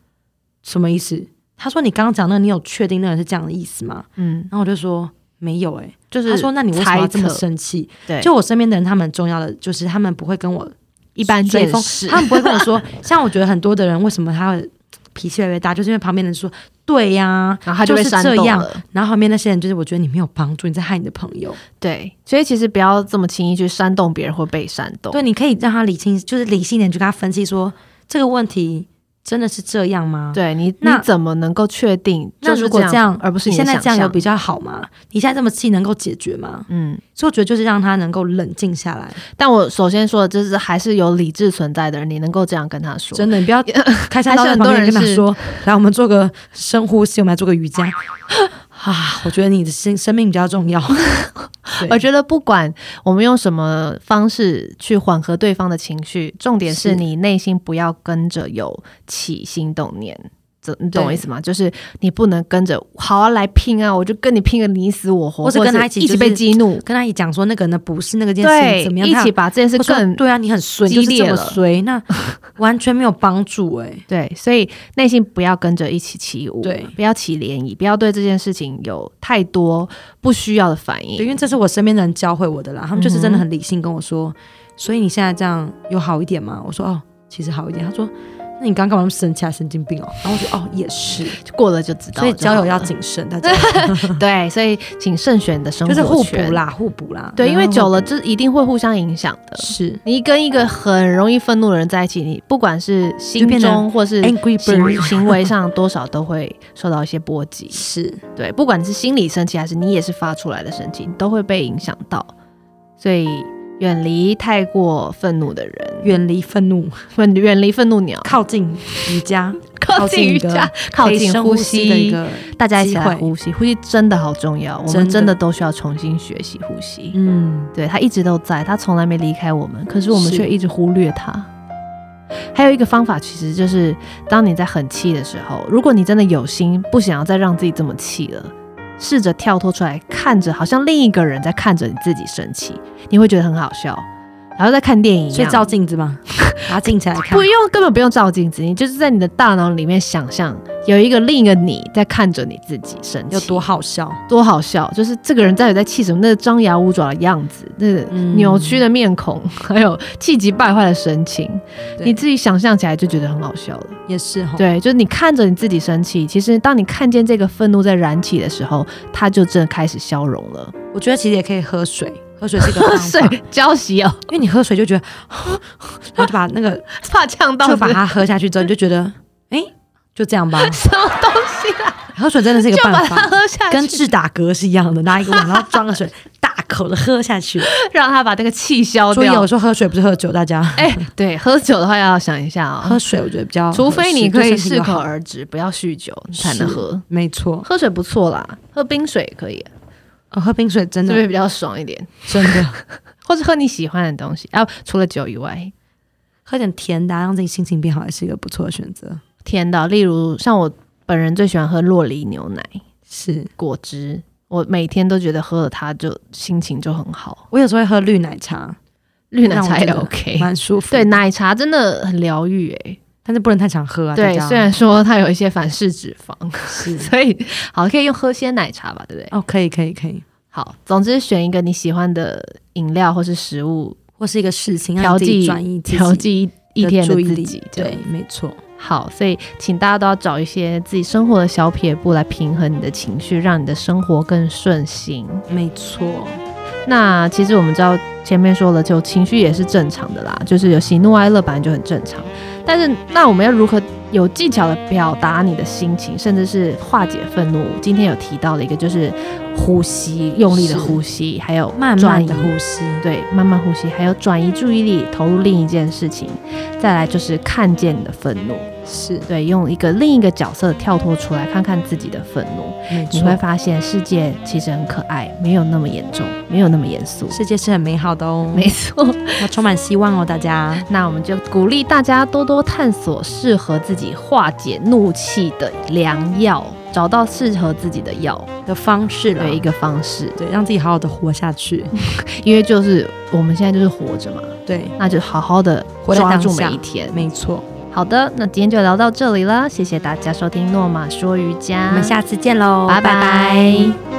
S2: 什么意思？”他说：“你刚刚讲那个，你有确定那个是这样的意思吗
S1: 嗯？”，
S2: 然后我就说：“没有、欸。”
S1: 就是
S2: 他说：“那你为什么要这么
S1: 猜测
S2: 生气
S1: 对，？”
S2: 就我身边的人，他们很重要的就是他们不会跟我
S1: 一般
S2: 追
S1: 见
S2: 风
S1: 识。
S2: 他们不会跟我说，像我觉得很多的人为什么他会脾气越来越大，就是因为旁边人说对呀、
S1: 然后他就被
S2: 就是
S1: 煽
S2: 这
S1: 动
S2: 样
S1: 了。
S2: 然后旁边那些人就是我觉得你没有帮助，你在害你的朋友。
S1: 对，所以其实不要这么轻易去煽动别人或被煽动。
S2: 对，你可以让他理清，就是理性一点去跟他分析说这个问题真的是这样吗？
S1: 对你，你
S2: 那
S1: 怎么能够确定
S2: 那
S1: 就是
S2: 如果
S1: 这
S2: 这
S1: 样
S2: 样，
S1: 而不是
S2: 你
S1: 的
S2: 现在
S1: 想
S2: 这样有
S1: 象
S2: 比较好吗？你现在这么气能够解决吗？
S1: 嗯，
S2: 所以我觉得就是让他能够冷静下来，
S1: 但我首先说的就是还是有理智存在的人，你能够这样跟他说。
S2: 真的，你不要 开山刀
S1: 还是很
S2: 在旁
S1: 多
S2: 边
S1: 人
S2: 跟他
S1: 是
S2: 说，来，我们做个深呼吸，我们来做个瑜伽 啊！我觉得你的生生命比较重要， 对
S1: 我觉得不管我们用什么方式去缓和对方的情绪，重点是
S2: 是
S1: 你内心不要跟着有起心动念。这你懂我
S2: 对
S1: 意思吗？就是你不能跟着好啊来拼啊，我就跟你拼个你死我活，
S2: 或是
S1: 者
S2: 跟他
S1: 一
S2: 一起
S1: 起
S2: 就是
S1: 被激怒，
S2: 跟他一讲说那个人的不是那个件事
S1: 对
S2: 情怎么，样，
S1: 一
S2: 他
S1: 起把这件事
S2: 我说
S1: 更
S2: 对啊，你很衰，你就
S1: 激
S2: 是
S1: 烈
S2: 这么
S1: 了
S2: 衰，那完全没有帮 助哎、
S1: 对，所以内心不要跟着一起起舞，
S2: 对
S1: 不要起涟漪，不要对这件事情有太多不需要的反
S2: 对，因为
S1: 应。
S2: 这是我身边的人教会我的啦，他们就是真的很理性跟我说，所以你现在这样有好一点吗？我说哦，其实好一点。他说，那你刚刚干嘛那么生气啊，神经病哦。然后我说哦，也是，
S1: 过了就知道了
S2: 所以
S1: 就好了，
S2: 交友要谨慎，大家
S1: 对，所以请慎选你的生活
S2: 就是互补
S1: 圈。
S2: 啦，互补啦。
S1: 对，因为
S2: 然后
S1: 久了，这一定会互相影响的。
S2: 是
S1: 你跟一个很容易愤怒的人在一起，你不管是心
S2: 就变哎
S1: 中
S2: 成
S1: 或是
S2: angry
S1: 行
S2: bird，
S1: 行为上，多少都会受到一些波及。
S2: 是
S1: 对，不管你是心里生气，还是你也是发出来的生气，你都会被影响到。所以远离太过愤怒的人，
S2: 远离愤怒，
S1: 远远离愤怒鸟，
S2: 靠近瑜伽，
S1: 靠近瑜伽，靠
S2: 可以
S1: 近
S2: 深
S1: 呼
S2: 呼吸的一
S1: 吸，
S2: 个，
S1: 大家一起来
S2: 机会
S1: 呼吸，呼吸真的好重要，我
S2: 真
S1: 们
S2: 的
S1: 真的都需要重新学习呼吸。
S2: 嗯，
S1: 对，它一直都在，它从来没离开我们，可是我们
S2: 是
S1: 却一直忽略它。还有一个方法，其实就是当你在很气的时候，如果你真的有心不想要再让自己这么气了，试着跳脱出来，看着好像另一个人在看着你自己生气，你会觉得很好笑，然后在看电影一
S2: 所以
S1: 样。
S2: 照镜子 嘛，把它镜起来看
S1: 不。用，根本不用照镜子，你就是在你的大脑里面想象有一个另一个你在看着你自己生气，
S2: 有多好笑？
S1: 多好笑！就是这个人到底在气什么？那个张牙舞爪的样子，那个
S2: 嗯
S1: 扭曲的面孔，还有气急败坏的神情，
S2: 对哦
S1: 你自己想象起来就觉得很好笑了。
S2: 也是哈，
S1: 对，就是你看着你自己生气，其实当你看见这个愤怒在燃起的时候，它就真的开始消融了。
S2: 我觉得其实也可以喝水，喝水是一个方
S1: 水
S2: 法。
S1: 浇熄哦，
S2: 因为你喝水就觉得， 然后就把 那个
S1: 怕呛到
S2: 就
S1: 把
S2: 把
S1: 它
S2: 它喝下去之后，你就觉得，哎、就这样吧。
S1: 什么东西啊，
S2: 喝水真的是一个
S1: 就把
S2: 办
S1: 它
S2: 法，
S1: 喝下去，
S2: 跟治打嗝是一样的，拿一个碗，然后装了水， 大口的喝下去。
S1: 让它把这个气消
S2: 注意哦，
S1: 掉
S2: 我。说喝水不是喝酒，大家
S1: 哎、对，喝酒的话要想一下哦
S2: 喝，水我觉得比较合适，
S1: 除非你可以
S2: 对身体
S1: 适
S2: 比较
S1: 可
S2: 好，
S1: 而止，不要酗酒你才能
S2: 是
S1: 喝。
S2: 没错，
S1: 喝水不错啦，喝冰水也可以，哦
S2: 呃喝冰水真
S1: 是
S2: 的
S1: 不是比较爽一点？
S2: 真的，
S1: 或者喝你喜欢的东西啊，除了酒以外，
S2: 喝点甜的啊、让自己心情变好，也是一个不错的选择。
S1: 甜的，例如像我本人最喜欢喝洛梨牛奶
S2: 是
S1: 果汁，我每天都觉得喝了它就心情就很好。
S2: 我有时候会喝绿奶茶，
S1: 绿奶茶也
S2: 让我觉
S1: OK，
S2: 蛮舒服。
S1: 对，奶茶真的很疗愈诶。
S2: 但是不能太常喝啊。
S1: 对，
S2: 大
S1: 虽
S2: 家
S1: 然说它有一些反式脂肪，
S2: 是
S1: 所以好可以用喝鲜奶茶吧，对不对？
S2: 哦，可以可以可以，
S1: 好，总之选一个你喜欢的饮料或是食物，
S2: 或是一个事情
S1: 调
S2: 让自己
S1: 剂
S2: 转移自己
S1: 调剂一一
S2: 的
S1: 天的
S2: 注意
S1: 自
S2: 力
S1: 己，这样
S2: 对，没错，
S1: 好，所以请大家都要找一些自己生活的小撇步来平衡你的情绪，让你的生活更顺心。
S2: 没错，
S1: 那其实我们知道前面说了，就情绪也是正常的啦，就是有喜怒哀乐本来就很正常。但是那我们要如何有技巧的表达你的心情，甚至是化解愤怒？今天有提到的一个就是呼吸，用力的
S2: 是
S1: 呼吸，还有
S2: 慢
S1: 转
S2: 慢
S1: 移
S2: 的呼吸，
S1: 对，慢慢呼吸，还有转移注意力，投入另一件事情。再来就是看见你的愤怒。
S2: 是，
S1: 对，用一个另一个角色跳脱出来，看看自己的愤怒，
S2: 没
S1: 你会
S2: 错，
S1: 发现世界其实很可爱，没有那么严重，没有那么严肃。
S2: 世界是很美好的哦，
S1: 没错，
S2: 要充满希望哦，大家，
S1: 那我们就鼓励大家多多探索适合自己化解怒气的良药，找到适合自己的药
S2: 的方式啦
S1: 的，一个嗯方式，
S2: 对，让自己好好的活下去，
S1: 因为就是我们现在就是活着嘛，
S2: 对，
S1: 那就好好的
S2: 活在
S1: 抓
S2: 当
S1: 住每
S2: 下
S1: 一天。
S2: 没错，
S1: 好的，那今天就聊到这里了，谢谢大家收听诺玛说瑜伽，
S2: 我们下次见喽，
S1: 啊拜拜